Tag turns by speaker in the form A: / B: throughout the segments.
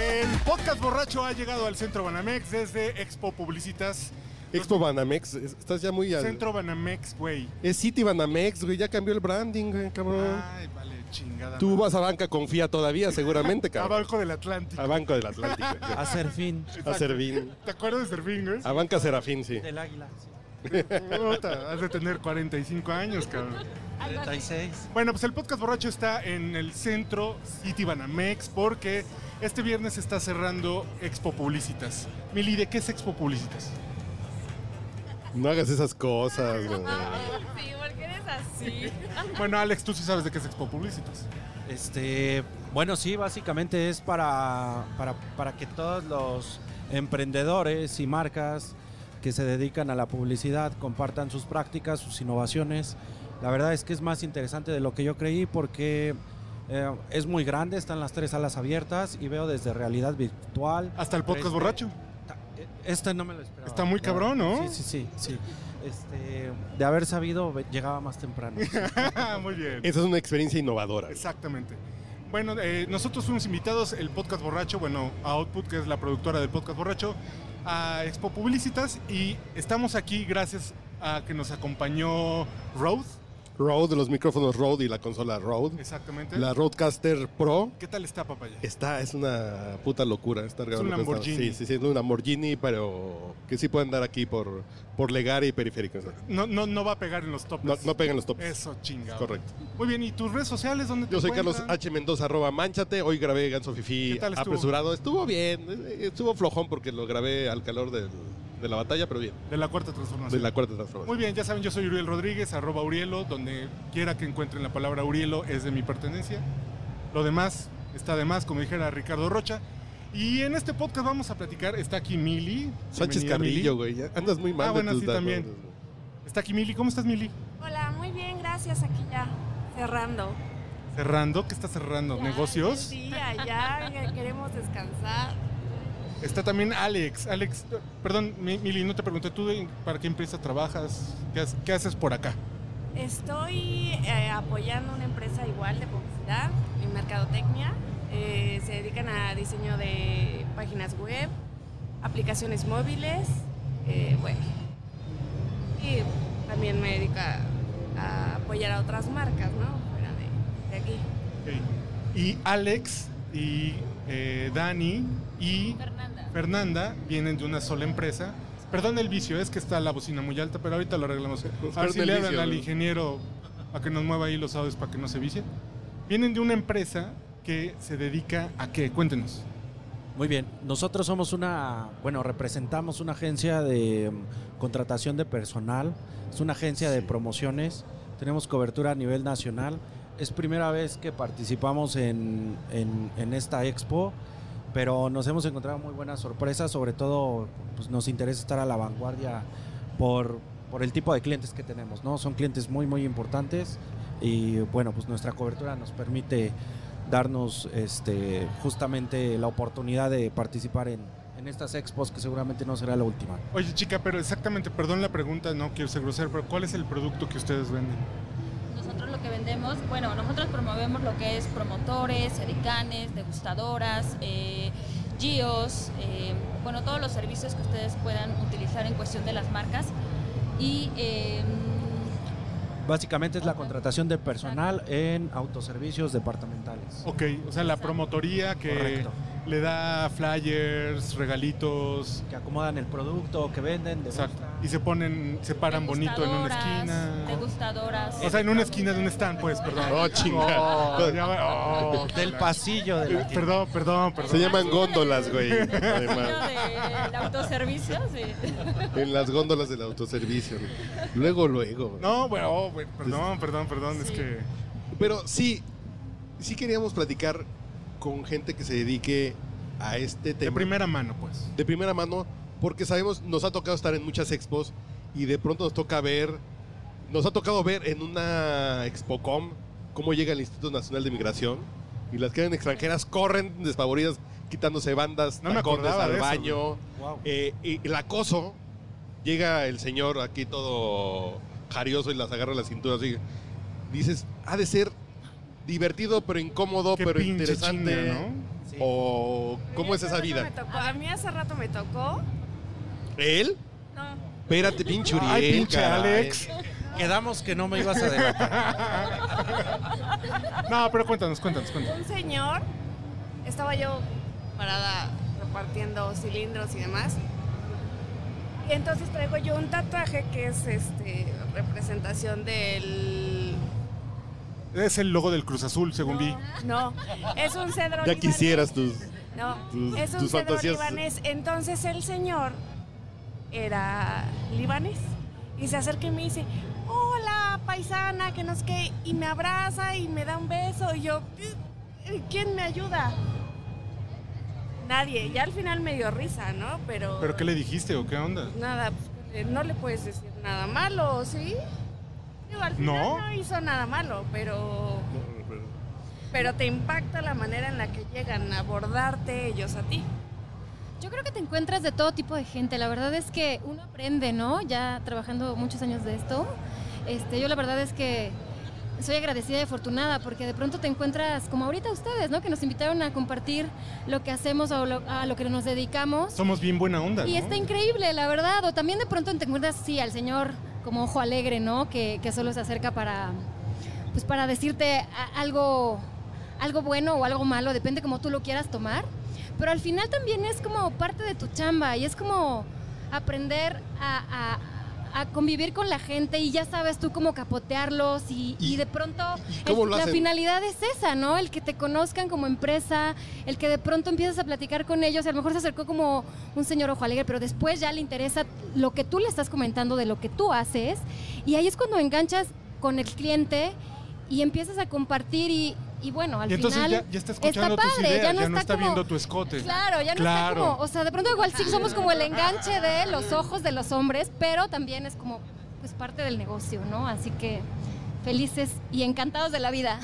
A: El podcast borracho ha llegado al Centro Banamex desde Expo Publicitas.
B: Expo Banamex, es- estás ya muy al...
A: Centro Banamex, güey.
B: Es City Banamex, güey, ya cambió el branding, güey, cabrón.
A: Ay, vale, chingada.
B: Tú
A: madre.
B: vas a Banca Confía todavía, seguramente,
A: a
B: cabrón.
A: Banco del Atlántico.
B: A Banco del Atlántico. güey.
C: A Serfín
B: A Servín.
A: ¿Te acuerdas de Servín, güey?
B: A Banca Serafín, sí.
C: del Águila. sí.
A: Puta, has de tener 45 años, cabrón.
C: 36.
A: Bueno, pues el podcast borracho está en el centro City Banamex porque este viernes está cerrando Expo Publicitas. Mili, ¿de qué es Expo Publicitas?
B: No hagas esas cosas, güey.
D: Sí, porque eres así.
A: Bueno, Alex, tú sí sabes de qué es Expo Publicitas.
C: Este, bueno, sí, básicamente es para, para, para que todos los emprendedores y marcas que se dedican a la publicidad compartan sus prácticas, sus innovaciones. La verdad es que es más interesante de lo que yo creí porque eh, es muy grande, están las tres salas abiertas y veo desde realidad virtual.
A: Hasta el podcast
C: Este,
A: borracho.
C: Ta- eh, Esta no me lo esperaba.
A: Está muy
C: La-
A: cabrón, ¿no?
C: Sí, sí, sí. sí. Este, de haber sabido, ve- llegaba más temprano.
A: Muy bien.
B: Esa es una experiencia innovadora. güey.
A: Exactamente. Bueno, eh, nosotros fuimos invitados, el Podcast Borracho, bueno, a Output, que es la productora del Podcast Borracho, a Expo Publicitas, y estamos aquí gracias a que nos acompañó Rode,
B: Rode, los micrófonos Rode y la consola Rode.
A: exactamente.
B: La Rodecaster Pro.
A: ¿Qué tal está, papaya?
B: Está, es una puta locura estar grabando.
A: un
B: con esta-
A: Lamborghini.
B: Sí, sí, sí, es un Lamborghini, pero que sí pueden dar aquí por, por legar y periféricos. güey.
A: No, no, no va a pegar en los topes.
B: No, no peguen los topes.
A: Eso, chingado.
B: Correcto.
A: Muy bien, ¿y tus redes sociales dónde te
B: Yo soy Carlos
A: encuentran?
B: H. Mendoza, arroba Manchate. Hoy grabé Ganso Fifi
A: ¿Qué tal estuvo?
B: apresurado. Estuvo bien, eh, estuvo flojón porque lo grabé al calor del- de la batalla, pero bien,
A: De la Cuarta
B: de
A: Transformación.
B: la cuarta
A: Ah, Muy
B: transformación.
A: bien, ya saben, yo soy Uriel Rodríguez, arroba Urielo, donde quiera que encuentren la palabra Urielo es de mi pertenencia. Lo demás está de más, como dijera Ricardo Rocha. Y en este podcast vamos a platicar, está aquí Mili.
B: Sánchez
A: Bienvenida, Mili.
B: Carrillo, güey. ya Andas muy
A: Ah,
B: mal de
A: bueno,
B: tus
A: sí,
B: datos.
A: también. Está aquí Mili, ¿cómo estás Mili?
D: Hola, muy bien, gracias. Aquí ya cerrando.
A: Cerrando, ¿qué está cerrando? ¿Negocios?
D: Sí, allá queremos descansar.
A: Está también Alex. Alex, eh, perdón, Mi- Mili, no te pregunté, ¿tú de- para qué empresa trabajas? ¿Qué, has- qué haces por acá?
D: Estoy eh, apoyando una empresa igual de publicidad y mercadotecnia. Eh, se dedican a diseño de páginas web, aplicaciones móviles, eh, bueno. Y también me dedico a, a apoyar a otras marcas, ¿no? Fuera de- de aquí.
A: Y Alex y eh, Dani y Fernanda. vienen de una sola empresa. Perdón el vicio, es que está la bocina muy alta, pero ahorita lo arreglamos. A ver
B: Perdón
A: si
B: el
A: le
B: vicio,
A: hablan al
B: güey.
A: ingeniero a que nos mueva ahí los audios para que no se vicie. Vienen de una empresa que se dedica a qué? Cuéntenos.
C: Muy bien, nosotros somos una, bueno, representamos una agencia de mm, contratación de personal, es una agencia de promociones, tenemos cobertura a nivel nacional, es primera vez que participamos en, en- en esta expo, pero nos hemos encontrado muy buenas sorpresas, sobre todo pues, nos interesa estar a la vanguardia por, por el tipo de clientes que tenemos, ¿no? Son clientes muy, muy importantes y bueno, pues nuestra cobertura nos permite darnos este, justamente la oportunidad de participar en, en estas expos que seguramente no será la última.
A: Oye chica, pero exactamente, perdón la pregunta, no quiero ser grosero, pero ¿cuál es el producto que ustedes venden?
E: Nosotros lo que vendemos, bueno, nosotros promovemos lo que es promotores, edecanes, degustadoras, eh, GIOs, eh, bueno, todos los servicios que ustedes puedan utilizar en cuestión de las marcas. Y eh,
C: Básicamente es la
E: Ajá.
C: contratación de personal en autoservicios departamentales.
A: Ok, o sea, la promotoría que
C: Correcto.
A: le da flyers, regalitos.
C: Que acomodan el producto, que venden.
A: Exacto.
C: degustan.
A: Y se ponen, se paran bonito en una
E: Degustadoras,
A: esquina.
E: Degustadoras.
A: O sea, en una esquina de un stand, pues, perdón.
B: Oh, chinga.
A: Oh, ya va- oh.
C: Del pasillo de la
A: Eh,
C: tienda.
A: Perdón, perdón, perdón.
B: Se llaman
E: Ah, sí,
B: góndolas, güey.
E: del- del
B: Además,
E: del autoservicio, sí.
B: en las góndolas del autoservicio. güey. Luego, luego. güey.
A: No, bueno, oh, bueno, perdón, perdón, perdón, es
E: Sí.
A: que...
B: Pero sí, sí queríamos platicar con gente que se dedique a este tema.
A: De primera mano, pues.
B: de primera mano, porque sabemos, nos ha tocado estar en muchas expos y de pronto nos toca ver, nos ha tocado ver en una expocom cómo llega el Instituto Nacional de Migración y las que eran extranjeras corren despavoridas, quitándose bandas,
A: No me
B: tacones
A: acordaba
B: al
A: de eso,
B: baño,
C: Wow.
B: eh, y el acoso. Llega el señor aquí todo jarioso y las agarra la cintura así. Dices, ha de ser divertido, pero incómodo,
A: Qué
B: pero
A: pinche
B: interesante.
A: chinga, ¿no?
C: Sí.
B: O, ¿cómo es
D: Hace
B: esa
D: rato
B: vida?
D: me tocó- A mí hace rato me tocó.
B: ¿Él?
D: No,
B: Espérate, pinche Uriel.
A: Ay, pinche
B: caray.
A: Alex.
C: Quedamos que no me ibas a delatar.
A: No, pero cuéntanos, cuéntanos, cuéntanos.
D: un señor, estaba yo parada repartiendo cilindros y demás. Y entonces traigo yo un tatuaje que es este representación del
A: Es el logo del Cruz Azul, según vi.
D: no, es un cedro
B: Ya
D: libanés.
B: quisieras tus.
D: No,
B: tus-
D: es un
B: tus
D: cedro
B: fantasías.
D: libanés. Entonces el señor era libanés y se acerca y me dice, hola paisana, que nos que y me abraza y me da un beso y yo, "Eh, ¿quién me ayuda? Nadie. Ya al final me dio risa, ¿no? Pero,
A: ¿Pero qué le dijiste o qué onda?
D: nada, pues, eh, no le puedes decir nada malo, ¿sí? Digo, al final
A: No.
D: no, hizo nada malo, pero pero te impacta la manera en la que llegan a abordarte ellos a ti.
F: Yo creo que te encuentras de todo tipo de gente. La verdad es que uno aprende, ¿no? Ya trabajando muchos años de esto. Este, yo la verdad es que soy agradecida y afortunada porque de pronto te encuentras como ahorita ustedes, ¿no? Que nos invitaron a compartir lo que hacemos o lo- a lo que nos dedicamos.
A: Somos bien buena onda.
F: Y
A: ¿no?
F: está increíble, la verdad. O también de pronto te encuentras, sí, al señor como ojo alegre, ¿no? Que, que solo se acerca para, pues, para decirte a- algo, algo bueno o algo malo, depende como tú lo quieras tomar. Pero al final también es como parte de tu chamba y es como aprender a, a- a convivir con la gente y ya sabes tú cómo capotearlos y,
B: ¿Y-
F: y de pronto
B: y cómo
F: el-
B: lo
F: la
B: hacen?
F: finalidad es esa, ¿no? El que te conozcan como empresa, el que de pronto empiezas a platicar con ellos, y a lo mejor se acercó como un señor ojo alegre, pero después ya le interesa lo que tú le estás comentando de lo que tú haces y ahí es cuando enganchas con el cliente y empiezas a compartir y, y bueno, al
A: Y entonces
F: final...
A: ya, ya está escuchando
F: está
A: tus
F: padre,
A: ideas, ya no está,
F: como-
A: viendo tu escote.
F: Claro, ya no
A: Claro.
F: está como, o sea, de pronto igual sí somos como el enganche de los ojos de los hombres, pero también es como pues parte del negocio, ¿no? Así que felices y encantados de la vida.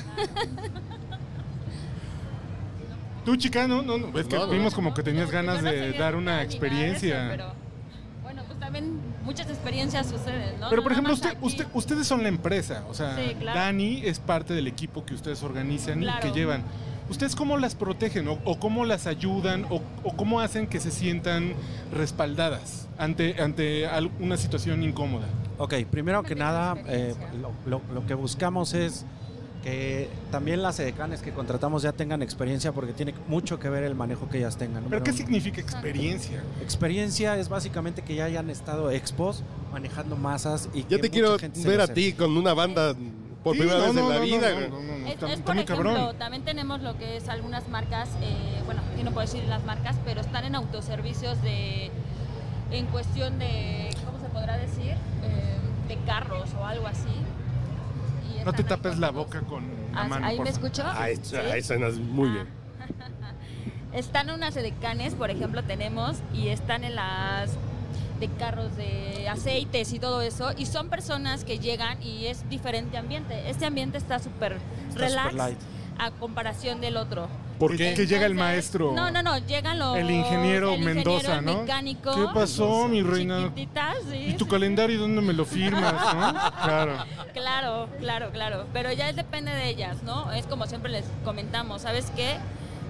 A: Tú, chica, no, no, no, es que
B: Pues No, no.
A: vimos como que tenías
E: No, porque
A: ganas
E: no
A: de
E: sería
A: dar una
E: ni nada de eso,
A: experiencia.
E: pero bueno, pues también muchas experiencias suceden, ¿no?
A: Pero, por
E: No nada
A: ejemplo,
E: más
A: usted,
E: aquí.
A: usted, ustedes son la empresa, o sea,
E: Sí, claro.
A: Dani es parte del equipo que ustedes organizan y que
E: Claro.
A: llevan. ¿Ustedes cómo las protegen o, o cómo las ayudan o, o cómo hacen que se sientan respaldadas ante, ante al- una situación incómoda?
C: Ok, primero que
E: Mantener
C: nada,
E: la
C: eh,
E: experiencia.
C: lo, lo- lo que buscamos es que también las edecanes que contratamos ya tengan experiencia porque tiene mucho que ver el manejo que ellas tengan.
A: ¿Pero
C: número
A: qué
C: uno.
A: significa experiencia?
C: Experiencia es básicamente que ya hayan estado expos manejando masas y
B: Ya
C: que
B: te quiero
C: mucha gente se
B: ver
C: le
B: a
C: acerque.
B: ti con una banda por
A: Sí,
B: primera
A: no,
B: vez
A: no,
B: en la
A: no,
B: vida.
A: no,
B: güey.
A: no, no, no,
E: Es,
A: está-
E: es,
A: está
E: por
A: muy
E: ejemplo,
A: cabrón.
E: también tenemos lo que es algunas marcas, eh, bueno, aquí no puedo decir las marcas, pero están en autoservicios de, en cuestión de, ¿cómo se podrá decir? Eh, de carros o algo así. Y
A: No
E: están
A: te
E: ahí
A: tapes la
E: nosotros.
A: boca con la
E: Ah,
A: mano.
E: ahí
A: por
E: me
A: favor.
E: escucho.
B: Ay,
E: ¿Sí?
B: ay, suenas muy bien.
E: Están unas edecanes, por ejemplo, tenemos, y están en las de carros de aceites y todo eso, y son personas que llegan y es diferente ambiente. Este ambiente está súper
C: Está
E: relax
C: super light.
E: a comparación del otro.
B: ¿Por
A: Que-
B: qué?
A: Que llega el
E: Entonces,
A: maestro.
E: No, no, no, llegan los...
A: El ingeniero
E: el ingeniero,
A: Mendoza,
E: el
A: ¿no?
E: mecánico.
A: ¿Qué pasó, mi reina?
E: Chiquititas, sí,
A: ¿Y tu
E: sí.
A: calendario dónde me lo firmas, no? Claro.
E: Claro, claro, claro. Pero ya depende de ellas, ¿no? Es como siempre les comentamos, ¿sabes qué?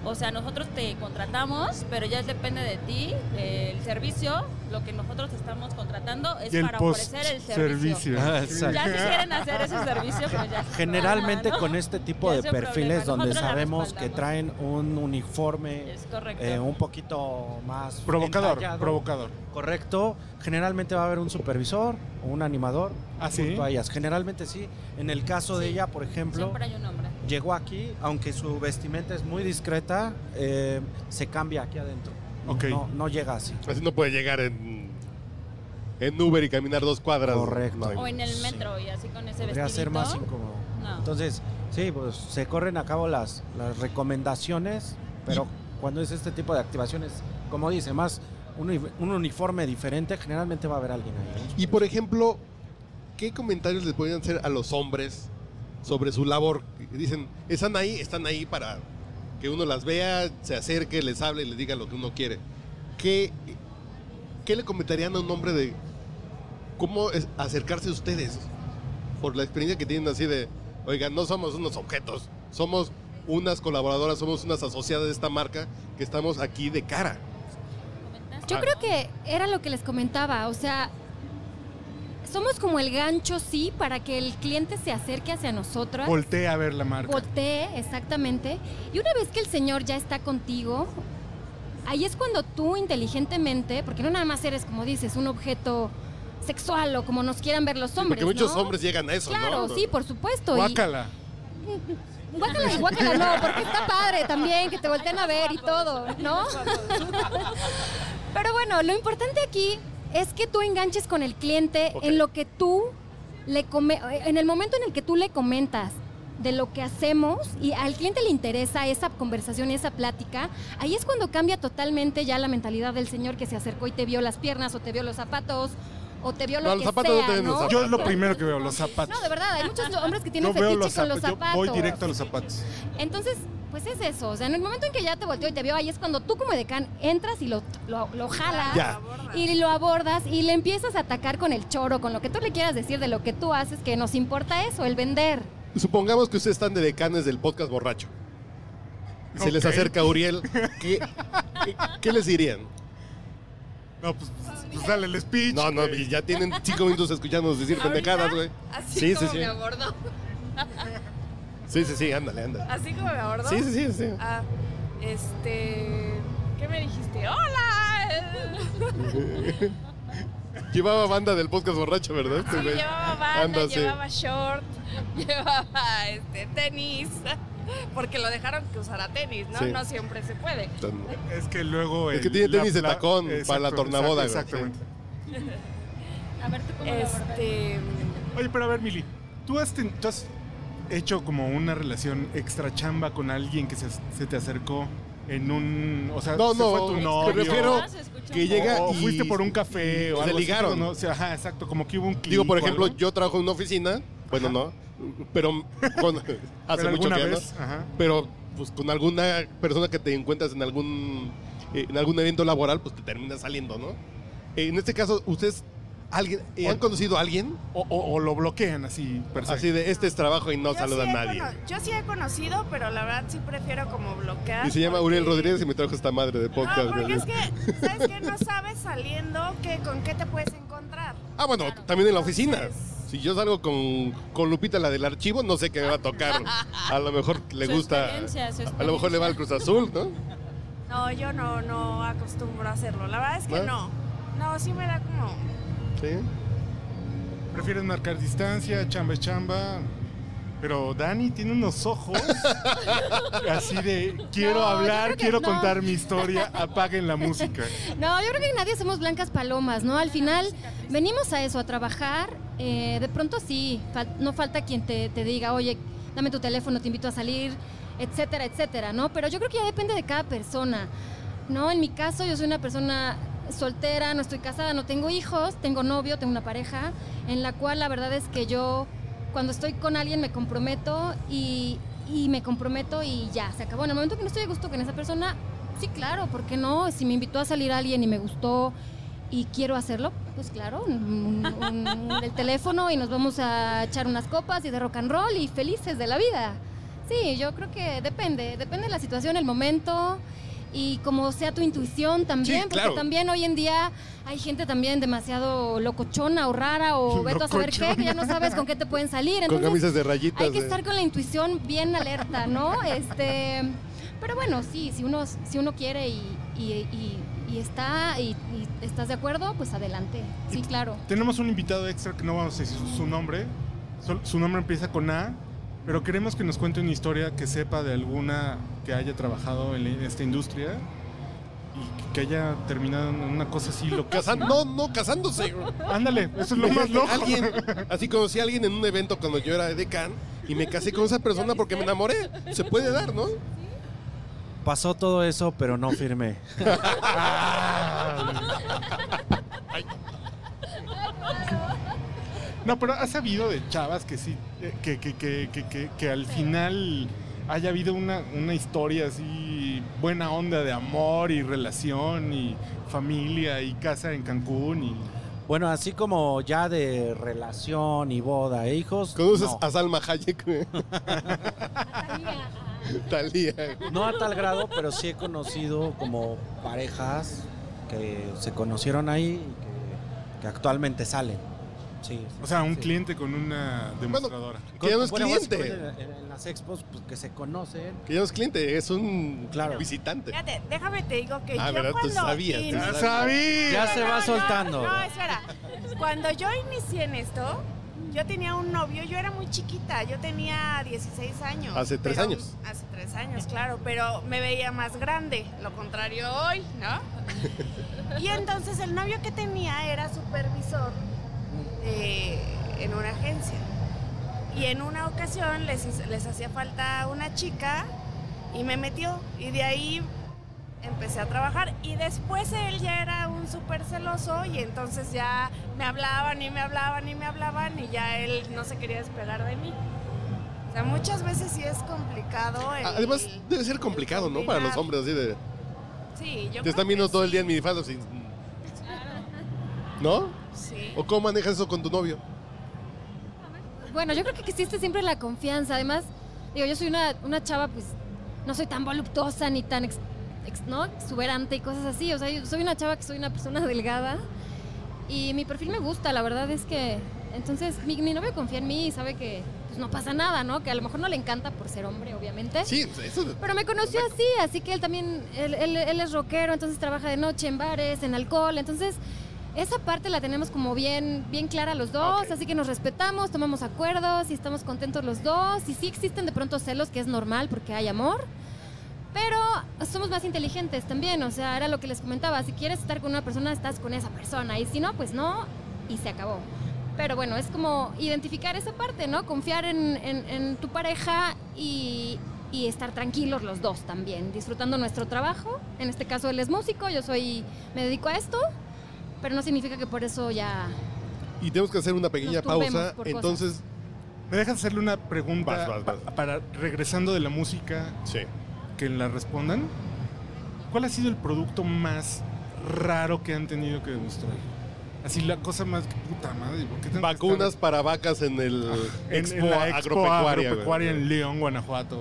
E: O sea, nosotros te contratamos, pero ya depende de ti eh, el servicio. Lo que nosotros estamos contratando es
A: Y el
E: para
A: post
E: ofrecer el servicio.
A: servicio.
C: Ah, exacto.
E: Ya si quieren hacer ese servicio, pues ya. es su
C: Generalmente
E: problema, ¿no?
C: con este tipo
E: Ya
C: de
E: es un problema,
C: perfiles donde
E: nosotros la
C: sabemos que traen
E: respaldamos.
C: un uniforme
E: Es correcto.
C: eh, un poquito más
A: Provocador,
C: entallado,
A: provocador.
C: correcto, generalmente va a haber un supervisor o un animador
A: ¿Ah, sí?
C: junto a ellas. Generalmente sí. En el caso de
E: Sí.
C: ella, por ejemplo,
E: Siempre hay un hombre.
C: llegó aquí, aunque su vestimenta es muy discreta, eh, se cambia aquí adentro.
A: Ok.
C: No, no llega así.
B: Así no puede llegar en, en Uber y caminar dos cuadras.
C: Correcto.
B: No,
E: O en el
C: Sí.
E: metro y así con ese
C: Podría
E: vestido.
C: ser más incómodo.
E: No.
C: Entonces, sí, pues se corren a cabo las, las recomendaciones, pero cuando es este tipo de activaciones, como dice, más un, uni- un uniforme diferente, generalmente va a haber alguien ahí. ¿no?
B: Y por ejemplo, ¿qué comentarios les podrían hacer a los hombres sobre su labor? Dicen, están ahí, están ahí para que uno las vea, se acerque, les hable y les diga lo que uno quiere. ¿Qué, qué le comentarían a un hombre de cómo es- acercarse a ustedes? Por la experiencia que tienen así de, oigan, no somos unos objetos, somos unas colaboradoras, somos unas asociadas de esta marca que estamos aquí de cara.
F: Yo creo que era lo que les comentaba, o sea, somos como el gancho, sí, para que el cliente se acerque hacia nosotras.
A: Voltea a ver la marca.
F: Voltee, exactamente. Y una vez que el Señor ya está contigo, ahí es cuando tú inteligentemente, porque no nada más eres, como dices, un objeto sexual o como nos quieran ver los hombres.
B: Porque muchos
F: ¿no?
B: hombres llegan a eso, ¿no?
F: Claro, sí, por supuesto. y-
A: Guácala.
F: Guácala y guácala no, porque está padre también que te volteen a ver y todo, ¿no? Pero bueno, lo importante aquí es que tú enganches con el cliente
B: Ok.
F: en lo que tú le come, en el momento en el que tú le comentas de lo que hacemos y al cliente le interesa esa conversación y esa plática, ahí es cuando cambia totalmente ya la mentalidad del señor que se acercó y te vio las piernas o te vio los zapatos o te vio lo
B: No,
F: que
B: los zapatos no
F: sea,
B: te ven los
F: ¿no?
B: zapatos.
A: Yo es lo primero que veo, los zapatos.
F: No, de verdad, hay muchos hombres que tienen
A: Yo veo
F: fetiche
A: los
F: con los
A: zapatos. Yo
F: zapatos.
A: voy directo a los zapatos.
F: Entonces, pues es eso. O sea, en el momento en que ya te volteó y te vio, ahí es cuando tú como edecán entras y lo, lo, lo jalas.
A: Ya.
F: Y lo abordas y le empiezas a atacar con el choro, con lo que tú le quieras decir de lo que tú haces, que nos importa eso, el vender.
B: Supongamos que ustedes están de decanes del podcast borracho. Se les
A: Ok.
B: acerca Uriel. ¿Qué, qué, qué les dirían?
A: No, pues, pues dale el speech.
B: No, no,
A: güey.
B: y ya tienen cinco minutos escuchándonos decir
D: ¿Ahorita?
B: pendejadas, güey.
D: Así
B: Sí, sí,
D: como
B: sí.
D: me abordó.
B: Sí, sí, sí, ándale, ándale.
D: Así como me abordó.
B: Sí, sí, sí, sí.
D: Ah, este. ¿Qué me dijiste? ¡Hola!
B: Llevaba banda del podcast borracho, ¿verdad? este
D: Sí,
B: güey?
D: llevaba banda,
B: Anda, sí.
D: llevaba short, llevaba este, tenis. Porque lo dejaron que usara tenis, ¿no?
B: Sí.
D: No siempre se puede.
B: Tan-
A: Es que luego.
B: Es
A: el-
B: que tiene
A: la-
B: tenis de
A: la-
B: tacón para la
A: exacto,
B: tornaboda, güey.
A: Exactamente.
E: A ver, ¿tú cómo lo abordas?
D: Este.
A: Oye, pero a ver, Mili, ¿tú has, ten- tú has hecho como una relación extra chamba con alguien que se, se te acercó en un. O sea,
B: No,
A: se
B: no,
A: fue tu
B: me
A: novio.
B: refiero
E: Ah, Se escucha
B: que
E: un
A: O-
E: poco.
B: llega
A: o
B: y-
A: fuiste por un café o
B: se
A: algo así,
B: ligaron.
A: pero no, o sea, ajá, exacto, como que hubo un clic
B: Digo, por
A: o
B: ejemplo,
A: algo.
B: yo trabajo en una oficina. Bueno, no. Pero con- hace
A: Pero
B: mucho
A: alguna
B: que no.
A: vez, ajá.
B: pero pues con alguna persona que te encuentras en algún eh, en algún evento laboral, pues te terminas saliendo, ¿no? En este caso, ustedes alguien eh, han conocido a alguien
A: O, o- o lo bloquean así, per se.
B: así de este es trabajo y no
D: yo
B: saluda
D: sí
B: a
D: he
B: nadie.
D: cono- Yo sí he conocido, pero la verdad sí prefiero como bloquear.
B: Y se llama
D: porque-
B: Uriel Rodríguez y me trajo esta madre de podcast.
D: No, porque
B: güey.
D: es que, ¿sabes qué? No sabes saliendo que, con qué te puedes encontrar.
B: Ah, bueno, también en la oficina.
D: Entonces-
B: Si yo salgo con, con Lupita, la del archivo, no sé qué me va a tocar. A lo mejor le
E: Su
B: gusta.
E: experiencia, su
B: A lo mejor le va al Cruz Azul, ¿no?
D: No, yo no, no acostumbro a hacerlo. La verdad es que
B: ¿No?
D: no. No, sí me da como.
B: Sí.
A: Prefieres marcar distancia, chamba es chamba. Pero Dani tiene unos ojos así de quiero
F: No, yo
A: hablar,
F: creo que
A: quiero
F: no.
A: contar mi historia, apaguen la música.
F: No, yo creo que nadie somos blancas palomas, ¿no? Al final venimos a eso, a trabajar. eh, de pronto sí, fal- no falta quien te, te diga, oye, dame tu teléfono, te invito a salir, etcétera, etcétera, ¿no? Pero yo creo que ya depende de cada persona, ¿no? En mi caso, yo soy una persona soltera, no estoy casada, no tengo hijos, tengo novio, tengo una pareja, en la cual la verdad es que yo cuando estoy con alguien me comprometo y, y me comprometo y ya, se acabó. En el momento que no estoy de gusto con esa persona, sí, claro, ¿por qué no? Si me invitó a salir alguien y me gustó y quiero hacerlo, pues claro, un- un- un- el teléfono y nos vamos a echar unas copas y de rock and roll y felices de la vida. Sí, yo creo que depende, depende de la situación, el momento y como sea tu intuición también,
B: Sí,
F: porque
B: claro.
F: también hoy en día hay gente también demasiado locochona o rara o vete a saber qué, que ya no sabes con qué te pueden salir.
B: Con eh.
F: Entonces,
B: camisas de rayitas.
F: hay que
B: de-
F: estar con la intuición bien alerta, ¿no? Este, pero bueno, sí, si uno, si uno quiere y, y- y- y está y, y estás de acuerdo, pues adelante. Sí, claro.
A: Tenemos un invitado extra que no vamos a decir su- su nombre. Sol- Su nombre empieza con A, pero queremos que nos cuente una historia que sepa de alguna que haya trabajado en la- en esta industria y que haya terminado en una cosa así loca.
B: Casan- No, no, casándose. güey.
A: Ándale, eso es lo más loco.
B: Alguien, así conocí a alguien en un evento cuando yo era decán y me casé con esa persona porque me enamoré. Se puede dar, ¿no?
C: Pasó todo eso, pero no firmé.
A: No, pero ¿has sabido de chavas que sí, eh, que, que, que, que, que, que al final haya habido una, una historia así, buena onda de amor y relación y familia y casa en Cancún y...
C: Bueno, así como ya de relación y boda e hijos.
B: Conoces
C: no.
B: a Salma Hayek, güey. Talía. güey.
C: No a tal grado, pero sí he conocido como parejas que se conocieron ahí y que, que actualmente salen. Sí, sí,
A: O sea, un
C: sí.
A: cliente con una demostradora.
B: Que ya no es
C: Bueno,
B: cliente.
C: básicamente En, en las expos pues, que se conocen.
B: Que ya no es cliente, es un
C: Claro.
B: visitante.
D: Fíjate, déjame te digo que
B: Ah,
D: yo
B: ¿verdad? Tú
D: cuando
B: sabías, ¿eh? tú
D: in-
B: sabías.
A: sabía!
C: Ya se va soltando.
D: No, espera. Cuando yo inicié en esto, yo tenía un novio, yo era muy chiquita, yo tenía 16 años.
B: Hace tres
D: pero-
B: años.
D: Hace tres años, claro, pero me veía más grande, lo contrario hoy, ¿no? Y entonces el novio que tenía era supervisor eh, en una agencia. Y en una ocasión les, hice- les hacía falta una chica y me metió. Y de ahí empecé a trabajar. Y después él ya era un súper celoso y entonces ya me hablaban y me hablaban y me hablaban y ya él no se quería despegar de mí. O sea, muchas veces sí es complicado. el-
B: Ah, Además, debe ser complicado, ¿no? Para los hombres, así de.
D: Sí, yo
B: Te
D: creo
B: están viendo
D: que
B: todo el
D: sí,
B: día en minifalda. Así. ¿No?
D: sí.
B: ¿O cómo manejas eso con tu novio?
F: Bueno, yo creo que existe siempre la confianza. Además, digo, yo soy una, una chava, pues, no soy tan voluptuosa ni tan ex- ex- ¿no? exuberante y cosas así. O sea, yo soy una chava que soy una persona delgada y mi perfil me gusta, la verdad es que... Entonces, mi, mi novio confía en mí y sabe que pues, no pasa nada, ¿no? Que a lo mejor no le encanta por ser hombre, obviamente.
B: Sí, eso.
F: Pero me conoció así, así que él también, él, él- él es rockero, entonces trabaja de noche en bares, en alcohol, entonces esa parte la tenemos como bien, bien clara los dos,
B: Ok.
F: así que nos respetamos, tomamos acuerdos y estamos contentos los dos, y sí existen de pronto celos, que es normal porque hay amor, pero somos más inteligentes también, o sea, era lo que les comentaba, si quieres estar con una persona, estás con esa persona, y si no, pues no, y se acabó. Pero bueno, es como identificar esa parte, ¿no? Confiar en, en- en tu pareja y, y estar tranquilos los dos también, disfrutando nuestro trabajo. En este caso él es músico, yo soy, me dedico a esto, pero no significa que por eso ya...
B: Y tenemos que hacer una pequeña
F: Nos turbemos
B: pausa.
F: por cosas.
B: Entonces,
A: ¿Me dejas hacerle una pregunta
B: Vas, vas, vas.
A: pa- para regresando de la música
B: sí.
A: que la respondan? ¿Cuál ha sido el producto más raro que han tenido que demostrar? Así la cosa más puta madre, ¿por qué tengo que
B: Vacunas
A: estar
B: para vacas en el
A: en,
B: expo
A: en la expo
B: agropecuaria.
A: agropecuaria,
B: güey?
A: en León, Guanajuato?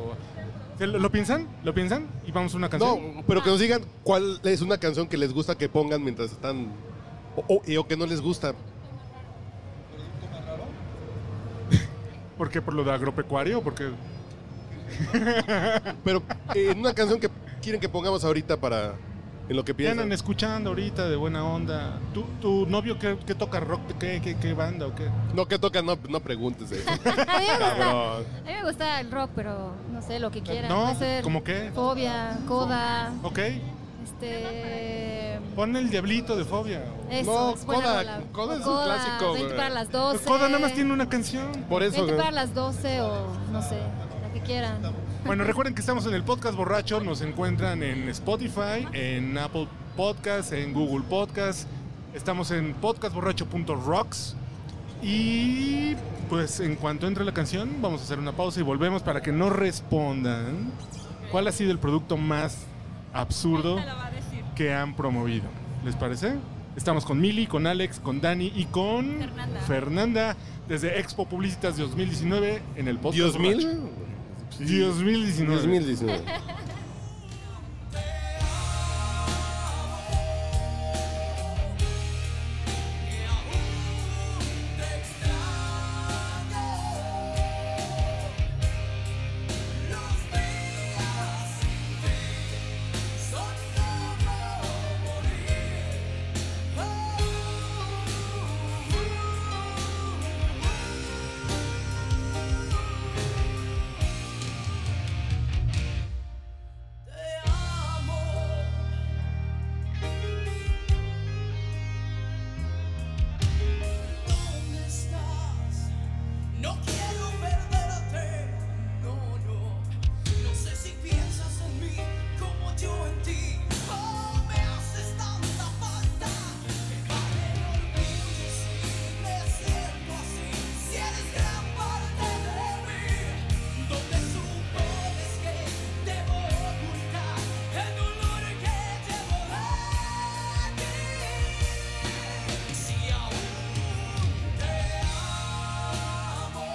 A: O sea, ¿Lo, lo piensan? ¿Lo piensan? Y vamos a una canción.
B: No, pero que nos digan cuál es una canción que les gusta que pongan mientras están. O, o- y- o que no les gusta.
A: ¿Por qué? ¿Por lo de agropecuario? Porque
B: Pero eh, en una canción que quieren que pongamos ahorita para. En lo que
A: ya andan
B: piensan.
A: escuchando ahorita de buena onda. ¿Tu, tu novio qué, qué toca rock? ¿Qué, qué, qué banda o qué?
B: No, que tocan, no, no preguntes. eh.
F: A mí me gusta,
B: Cabrón.
F: a mí me gusta el rock, pero no sé, lo que quieran.
A: no,
F: Puede ser
A: ¿cómo qué?
F: fobia, coda,
A: Ok,
F: este...
A: pon el diablito de fobia.
F: Eso,
B: No,
F: es buena
B: Kodak.
F: rola.
B: Kodak es un
F: Kodak,
B: clásico,
F: 20
B: güey.
F: para las 12.
A: Coda nada más tiene una canción.
B: Por eso.
F: 20
B: güey.
F: para las 12 o no sé, la que quieran.
A: Bueno, recuerden que estamos en el podcast borracho, nos encuentran en Spotify, en Apple Podcast, en Google Podcast, estamos en podcastborracho.rocks y pues en cuanto entre la canción vamos a hacer una pausa y volvemos para que no respondan cuál ha sido el producto más absurdo
E: Ahorita lo va a decir
A: que han promovido. ¿Les parece? Estamos con Mili, con Alex, con Dani y con
E: Fernanda.
A: Fernanda desde Expo Publicitas 2019 en el podcast.
B: ¿Dios mil?
A: borracho. 2019.
B: 2019.
G: ¿Dónde estás? No quiero perderte, no, no. No sé si piensas en mí como yo en ti. Oh, me haces tanta falta. Me vale el orgullo si me siento así. Si eres gran parte de mí, ¿dónde supones que debo ocultar el dolor que llevo aquí? Si aún te amo.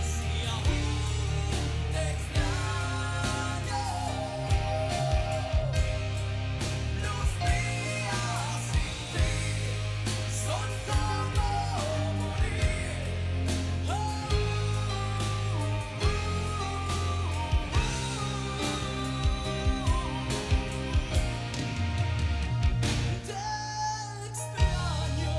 G: Si aún te extraño, los días sin ti son como morir. Oh, oh, oh, oh. Te extraño.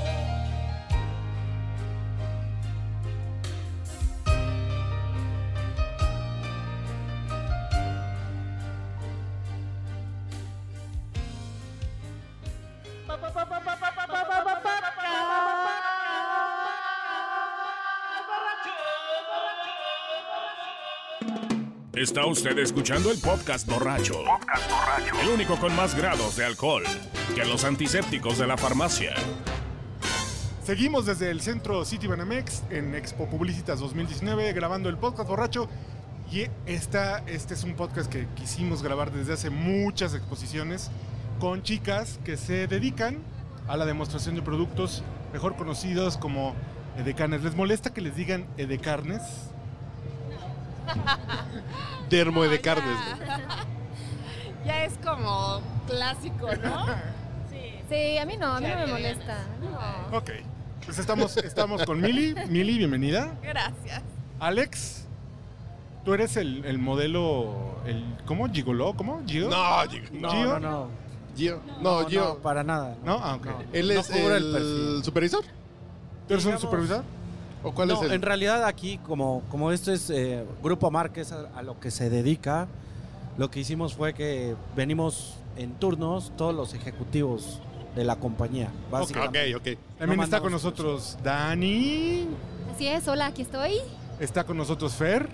H: Está usted escuchando el podcast borracho. El único con más grados de alcohol que los antisépticos de la farmacia.
A: Seguimos desde el centro City Banamex en Expo Publicitas 2019 grabando el podcast borracho. Y esta, este es un podcast que quisimos grabar desde hace muchas exposiciones con chicas que se dedican a la demostración de productos mejor conocidos como edecanes. ¿Les molesta que les digan edecarnes?
B: Dermo de
D: ya-
B: carnes. güey.
D: Ya es como clásico, ¿no?
F: Sí, a mí no, a mí no me molesta. No.
A: Ok. Pues estamos, estamos con Mili. Mili, bienvenida.
D: Gracias.
A: Alex, tú eres el, el modelo, el, ¿cómo? ¿Gigoló? ¿Cómo? ¿Gio?
B: No, Gio.
C: No,
A: ¿Gio?
C: no, no.
B: Gio. No,
C: No,
B: Gio.
C: no, para nada.
A: ¿No? Ah, ok.
B: ¿Él
C: No
B: es
C: cubra el
B: el,
C: perfil.
B: supervisor?
A: ¿Tú eres un
C: Digamos-
A: supervisor?
B: ¿O cuál
C: No,
B: es el?
C: en realidad aquí, como, como esto es eh, Grupo Márquez a, a lo que se dedica, lo que hicimos fue que venimos en turnos todos los ejecutivos de la compañía, básicamente.
B: Ok, ok.
A: También
C: No
A: está con
C: mandamos
A: nosotros Dani,
F: Así es, hola, aquí estoy.
A: está con nosotros Fer.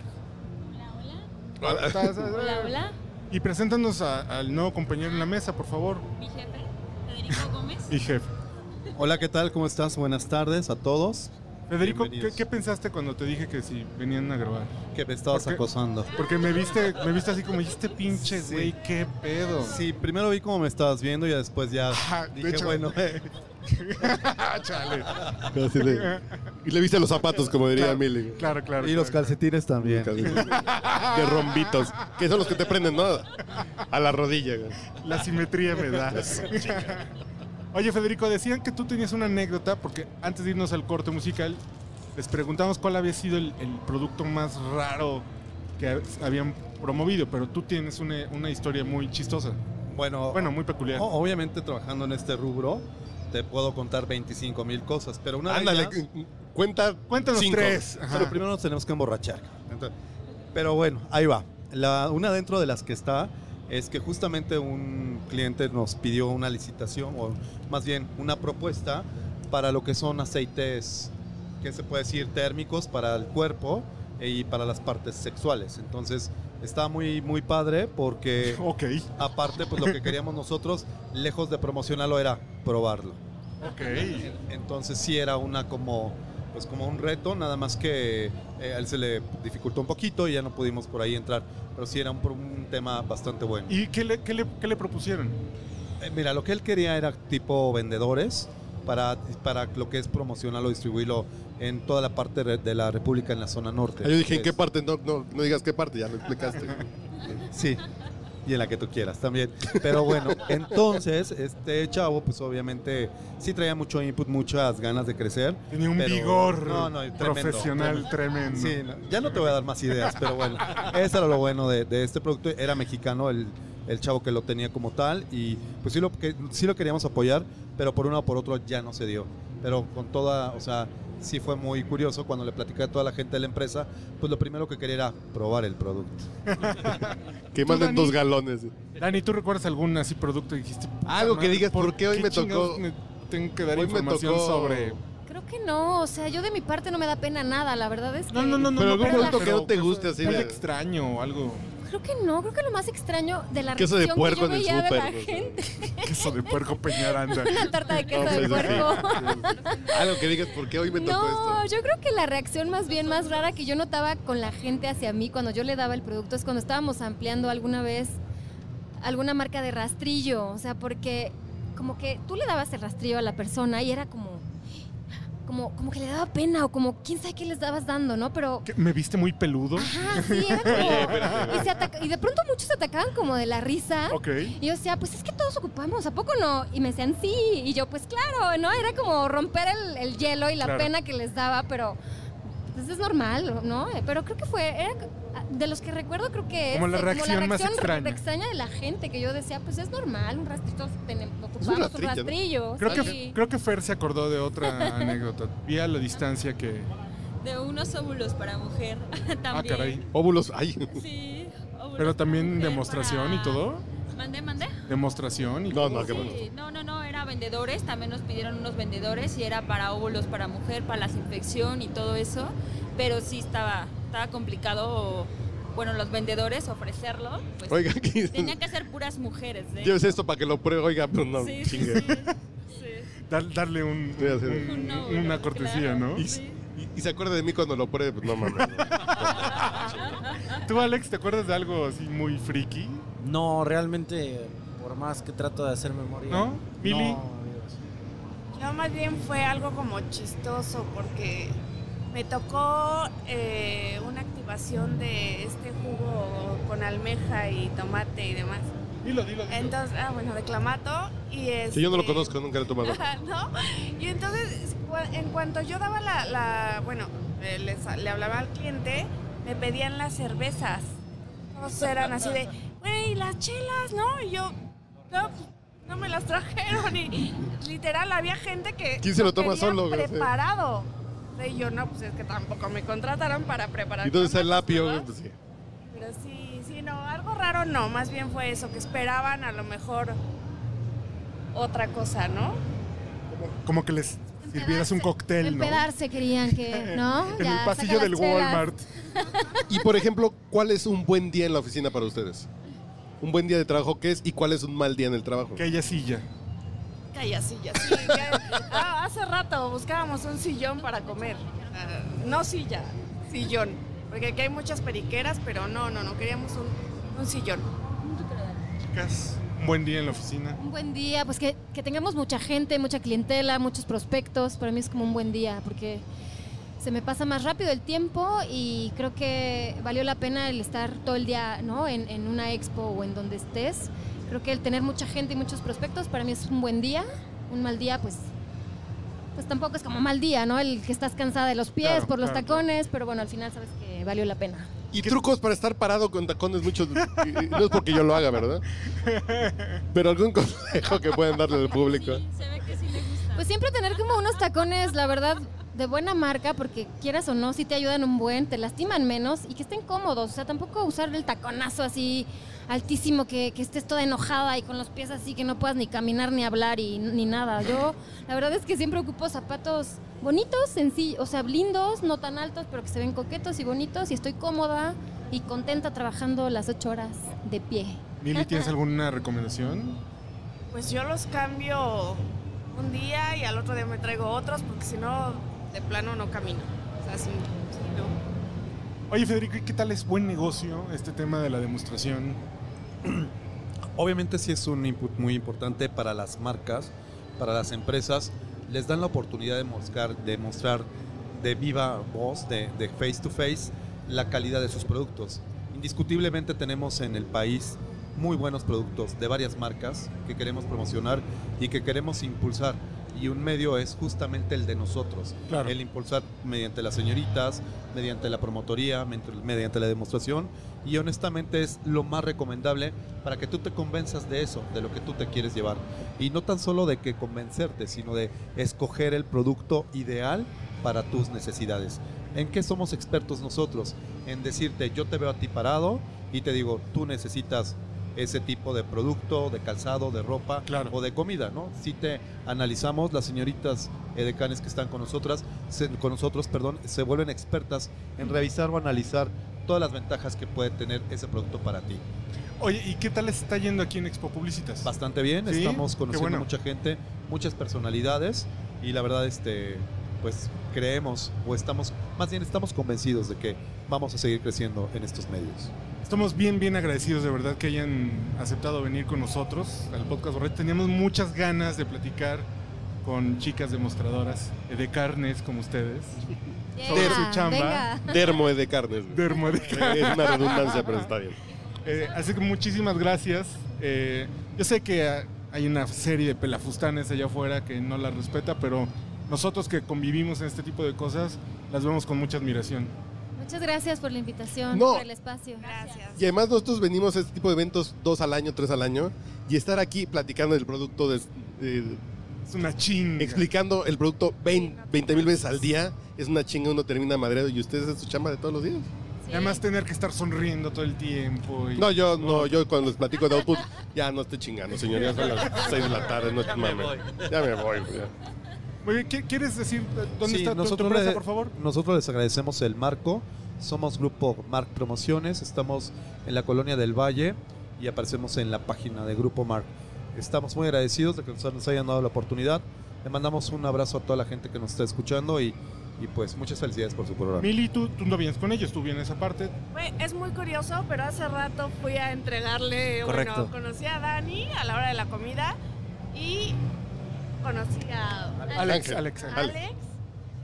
B: Hola.
E: Hola, hola.
A: Y preséntanos a- al nuevo compañero en la mesa, por favor.
E: Mi jefe, Federico Gómez.
A: Y jefe.
I: Hola, ¿qué tal? ¿Cómo estás? Buenas tardes a todos.
A: Federico, ¿qué,
I: Bienvenidos.
A: qué pensaste cuando te dije que si venían a grabar?
I: Que me estabas
A: ¿Por qué?
I: acosando.
A: Porque me viste, me viste así como, "Y este pinche
I: Sí.
A: güey, qué pedo.
I: Sí, primero vi cómo me estabas viendo y después ya
A: Ajá, de
I: dije,
A: hecho-
I: bueno, eh,
A: Chale.
B: Así de- Y le viste los zapatos, como diría
A: Claro.
B: Mili.
A: Claro, claro.
I: y los
A: claro.
I: calcetines también.
B: De rombitos. Que son los que te prenden, ¿no? A la rodilla, güey.
A: La simetría me da. Oye, Federico, decían que tú tenías una anécdota porque antes de irnos al corte musical, les preguntamos cuál había sido el, el producto más raro que ha- habían promovido, pero tú tienes una, una historia muy chistosa.
I: Bueno,
A: Bueno, muy peculiar.
I: o- obviamente trabajando en este rubro te puedo contar 25 mil cosas, pero una de
B: Ándale,
I: ellas-
B: cu- cuenta.
A: Cuéntanos
B: cinco.
A: tres. Ajá.
I: Pero primero nos tenemos que emborrachar. Entonces, pero bueno, ahí va. La, una dentro de las que está es que justamente un cliente nos pidió una licitación, o más bien una propuesta para lo que son aceites, que se puede decir térmicos para el cuerpo y para las partes sexuales. Entonces, está muy, muy padre porque
A: Ok,
I: aparte, pues lo que queríamos nosotros, lejos de promocionarlo, era probarlo.
A: ok.
I: Entonces sí era una como pues como un reto, nada más que eh, a él se le dificultó un poquito y ya no pudimos por ahí entrar, pero sí era un, pro- un tema bastante bueno.
A: ¿Y qué le, qué le- qué le propusieron?
I: Eh, mira, lo que él quería era tipo vendedores, para, para lo que es promocionarlo, distribuirlo en toda la parte re- de la República, en la zona norte.
B: Ah, yo dije, ¿en qué
I: Es-
B: parte? No, no, no digas qué parte, ya lo explicaste.
I: Sí, y en la que tú quieras también. Pero bueno, entonces, este chavo, pues obviamente sí traía mucho input, muchas ganas de crecer.
A: Tenía un
I: Pero-
A: vigor
I: No, no, tremendo,
A: profesional tremendo.
I: Sí, no, ya no te voy a dar más ideas, pero bueno, eso era lo bueno de, de este producto. Era mexicano el, el chavo que lo tenía como tal y pues sí lo, que, sí lo queríamos apoyar, pero por uno o por otro ya no se dio. Pero con toda, o sea, sí fue muy curioso cuando le platicé a toda la gente de la empresa, pues lo primero que quería era probar el producto.
B: Que manden
A: Dani?
B: dos galones.
A: Dani, ¿tú recuerdas algún así producto que dijiste? puta
B: Algo que
A: madre,
B: digas, ¿por qué hoy me
A: chingados
B: tocó?
A: me tengo que dar
B: Hoy me
A: información
B: tocó-
A: sobre.
F: Creo que no, o sea, yo de mi parte no me da pena nada, la verdad es que...
A: No, no, no, no.
B: Pero
A: no,
B: algún producto que no te
A: pero-
B: guste, así
A: Muy
B: de-
A: extraño o algo.
F: Creo que no, creo que lo más extraño de la
B: Queso
F: reacción
B: de
F: que
B: puerco
F: yo
B: en el
F: veía de
B: súper,
F: la
B: o sea.
F: gente,
A: Queso de puerco peñaranda.
F: una tarta de queso
B: No,
F: de
B: pues,
F: puerco.
B: sí. Algo que digas, ¿por qué hoy me tocó
F: No,
B: esto?
F: yo creo que la reacción más bien más rara que yo notaba con la gente hacia mí cuando yo le daba el producto es cuando estábamos ampliando alguna vez alguna marca de rastrillo, o sea, porque como que tú le dabas el rastrillo a la persona y era como como como que le daba pena o como quién sabe qué les dabas dando, ¿no? Pero
A: ¿Qué, ¿Me viste muy peludo?
F: ajá, sí, era como y, se ataca- y de pronto muchos se atacaban como de la risa.
A: Ok.
F: Y yo decía, pues es que todos ocupamos, ¿a poco no? Y me decían, sí. Y yo, pues claro, ¿no? Era como romper el, el hielo y la
A: Claro.
F: pena que les daba, pero pues es normal, ¿no? Eh, Pero creo que fue, era de los que recuerdo, creo que es
A: Como la
F: eh,
A: reacción más extraña.
F: de la gente, que yo decía, pues es normal, un rastrito tenem- ocupamos un
B: rastrillo,
F: rastrillo.
B: ¿no?
A: Creo que,
F: Ah, sí.
A: creo que Fer se acordó de otra anécdota. Vi a la distancia que.
E: De unos óvulos para mujer
A: Ah,
E: también.
A: caray.
B: Óvulos, ay.
E: Sí, óvulos
A: Pero
E: para
A: también
E: mujer
A: demostración y
E: para-
A: todo.
E: Mandé, mandé.
A: Demostración y
B: No, no, Ah, qué
E: Sí,
B: bueno.
E: no, no, no, era vendedores, también nos pidieron unos vendedores y era para óvulos para mujer, para la infección y todo eso, pero sí estaba, estaba complicado, bueno, los vendedores ofrecerlo, pues
B: Oiga, aquí.
E: tenía que ser puras mujeres, ¿eh?
B: Lleves esto para que lo pruebe, oiga, pero no,
E: sí, sí,
B: chingue.
E: sí, sí.
A: dar- darle un,
B: Sí, así.
A: un-
E: Un no,
A: una
E: claro.
A: cortesía, ¿no?
B: Y,
E: Sí.
B: y- y se acuerda de mí cuando lo pruebe, pues no mames.
A: ¿Tú, Alex, te acuerdas de algo así muy friki?
C: No, realmente, por más que trato de hacer memoria.
A: ¿No? Mili.
C: amigos.
D: No, más bien fue algo como chistoso porque me tocó eh, una activación de este jugo con almeja y tomate y demás.
A: Dilo, dilo, dilo.
D: Entonces, ah, bueno, de clamato y este, es.
B: Si yo no lo conozco, nunca lo he tomado.
D: ¿no? Y entonces, cua- en cuanto yo daba la, la- bueno, eh, les- le hablaba al cliente, me pedían las cervezas. Todos eran así de, güey, las chelas, ¿no? Y yo, no, pues, no me las trajeron. Y literal, había gente que.
B: ¿Quién se lo toma
D: quería
B: solo, güey?
D: Preparado. Y yo, no, pues es que tampoco me contrataron para preparar.
B: Y entonces el
D: clamatos,
B: lapio,
D: ¿verdad?".
B: pues, sí.
D: Pero sí, sí, no, algo raro no, más bien fue eso, que esperaban a lo mejor otra cosa, ¿no?
A: Como que les sirvieras un cóctel, ¿no?
F: Empedarse querían que, ¿no?
A: En
F: Ya,
A: el
F: saca
A: pasillo
F: las
A: del
F: chelas.
A: Walmart.
B: Y por ejemplo, ¿cuál es un buen día en la oficina para ustedes? Un buen día de trabajo, ¿qué es? ¿Y cuál es un mal día en el trabajo?
A: Que haya silla.
D: Calla silla, sí. ya- Ah, hace rato buscábamos un sillón para comer. Ah, no silla, sillón. Porque aquí hay muchas periqueras, pero no, no, no, queríamos un, un sillón.
A: Chicas, un buen día en la oficina.
F: Un buen día, pues que, que tengamos mucha gente, mucha clientela, muchos prospectos. Para mí es como un buen día porque se me pasa más rápido el tiempo y creo que valió la pena el estar todo el día ¿no? en, en una expo o en donde estés. Creo que el tener mucha gente y muchos prospectos para mí es un buen día. Un mal día, pues, pues tampoco es como mal día, ¿no? El que estás cansada de los pies
A: Claro,
F: por los
A: claro,
F: tacones, pero bueno, al final sabes que valió la pena.
B: Y trucos para estar parado con tacones muchos. No es porque yo lo haga, ¿verdad? Pero algún consejo que puedan darle al público.
E: Sí, se ve que sí le gusta.
F: Pues siempre tener como unos tacones, la verdad, de buena marca, porque quieras o no, si te ayudan un buen, te lastiman menos y que estén cómodos. O sea, tampoco usar el taconazo así altísimo, que, que estés toda enojada y con los pies así, que no puedas ni caminar, ni hablar y, ni nada. Yo, la verdad es que siempre ocupo zapatos bonitos, sencillos, o sea, lindos, no tan altos, pero que se ven coquetos y bonitos y estoy cómoda y contenta trabajando las ocho horas de pie.
A: Mili, ¿tienes alguna recomendación?
D: Pues yo los cambio un día y al otro día me traigo otros, porque si no, de plano no camino. O sea, sí, sí, no.
A: Oye, Federico, ¿y ¿qué tal es buen negocio este tema de la demostración?
I: Obviamente sí es un input muy importante para las marcas, para las empresas, les dan la oportunidad de mostrar de, mostrar de viva voz, de, de face to face, la calidad de sus productos. Indiscutiblemente tenemos en el país muy buenos productos de varias marcas que queremos promocionar y que queremos impulsar. Y un medio es justamente el de nosotros.
A: Claro.
I: El impulsar mediante las señoritas, mediante la promotoría, ment- mediante la demostración. Y honestamente es lo más recomendable para que tú te convenzas de eso, de lo que tú te quieres llevar. Y no tan solo de que convencerte, sino de escoger el producto ideal para tus necesidades. ¿En qué somos expertos nosotros? En decirte, yo te veo a ti parado y te digo, tú necesitas ese tipo de producto, de calzado, de ropa
A: Claro.
I: o de comida, ¿no? Si te analizamos, las señoritas edecanes que están con nosotras, se- con nosotros, perdón, se vuelven expertas en revisar o analizar todas las ventajas que puede tener ese producto para ti.
A: Oye, ¿y qué tal les está yendo aquí en Expo Publicitas?
I: Bastante bien,
A: Sí,
I: estamos
A: qué
I: conociendo
A: bueno.
I: mucha gente, muchas personalidades y la verdad este pues creemos o estamos más bien estamos convencidos de que vamos a seguir creciendo en estos medios.
A: Estamos bien, bien agradecidos de verdad que hayan aceptado venir con nosotros al podcast Borracho. Teníamos muchas ganas de platicar con chicas demostradoras eh, de carnes como ustedes. Sobre
F: Venga,
A: su chamba.
F: venga.
B: Dermo de carnes. güey.
A: Dermo de
B: Es una redundancia, pero está bien.
A: Eh, así que muchísimas gracias. Eh, yo sé que ah, hay una serie de pelafustanes allá afuera que no la respeta, pero nosotros que convivimos en este tipo de cosas, las vemos con mucha admiración.
F: Muchas gracias por la invitación,
B: No.
F: por el espacio.
D: Gracias.
B: Y además nosotros venimos a este tipo de eventos dos al año, tres al año, y estar aquí platicando del producto, des- eh,
A: Es una chinga.
B: explicando el producto 20 mil veces al día, es una chinga, uno termina madreado y ustedes es su chamba de todos los días.
F: Sí.
A: Y Además tener que estar sonriendo todo el tiempo. y-
B: No, yo no, yo cuando les platico de output, ya no estoy chingando, señor, ya son las 6 de la tarde, no es mame. Ya me voy. güey, ya.
A: Muy bien, ¿qué- ¿quieres decir eh, dónde
I: Sí,
A: está tu- tu,
I: nosotros
A: empresa,
I: le-
A: por favor?
I: Nosotros les agradecemos el marco. Somos grupo Marc Promociones. Estamos en la colonia del Valle y aparecemos en la página de Grupo Marc. Estamos muy agradecidos de que nos- nos hayan dado la oportunidad. Le mandamos un abrazo a toda la gente que nos está escuchando y, y pues muchas felicidades por su programa.
A: Mili, tú, tú no vienes con ellos, tú vienes aparte.
D: Fue- es muy curioso, pero hace rato fui a entregarle,
C: Correcto.
D: bueno, conocí a Dani a la hora de la comida y conocí a
B: Alex,
A: Alex.
D: a Alex.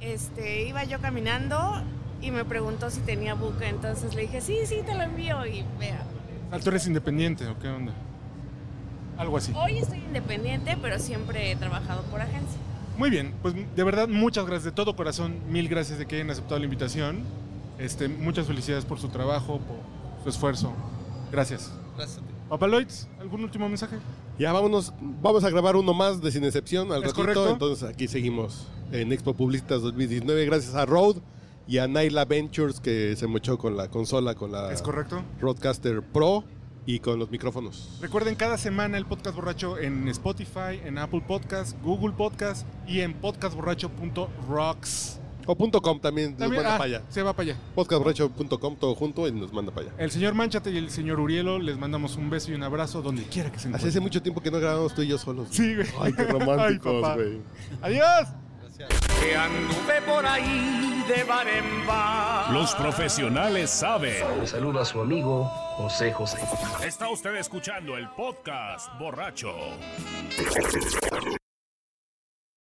D: Este, iba yo caminando y me preguntó si tenía buca, entonces le dije, sí, sí, te lo envío y vea.
A: Ah, ¿Tú eres independiente o qué onda? Algo así.
D: Hoy estoy independiente, pero siempre he trabajado por agencia.
A: Muy bien, pues de verdad muchas gracias de todo corazón, mil gracias de que hayan aceptado la invitación. Este, muchas felicidades por su trabajo, por su esfuerzo. Gracias.
I: Gracias a ti.
A: Papaloids, ¿algún último mensaje?
B: Ya vámonos, vamos a grabar uno más de Sin Excepción al
A: Es
B: ratito,
A: correcto.
B: entonces aquí seguimos en Expo Publicitas 2019, gracias a Road y a Naila Ventures que se mochó con la consola, con la
A: Es correcto.
B: Roadcaster Pro y con los micrófonos.
A: Recuerden cada semana el podcast borracho en Spotify, en Apple Podcast, Google Podcast y en podcastborracho.rocks.
B: O punto .com también, nos
A: También-
B: manda
A: ah,
B: para allá.
A: se va para allá.
B: Podcastborracho.com, todo junto y nos manda para allá.
A: El señor Manchate y el señor Urielo les mandamos un beso y un abrazo donde quiera que se
B: Hace, hace
A: encuentren.
B: mucho tiempo que no grabamos tú y yo solos. güey.
A: Sí, güey.
B: Ay, qué románticos,
A: papá.
B: güey.
A: Adiós.
G: Que anduve por ahí de bar en bar.
H: Los profesionales saben.
J: Le saluda a su amigo José José.
H: Está usted escuchando el podcast borracho.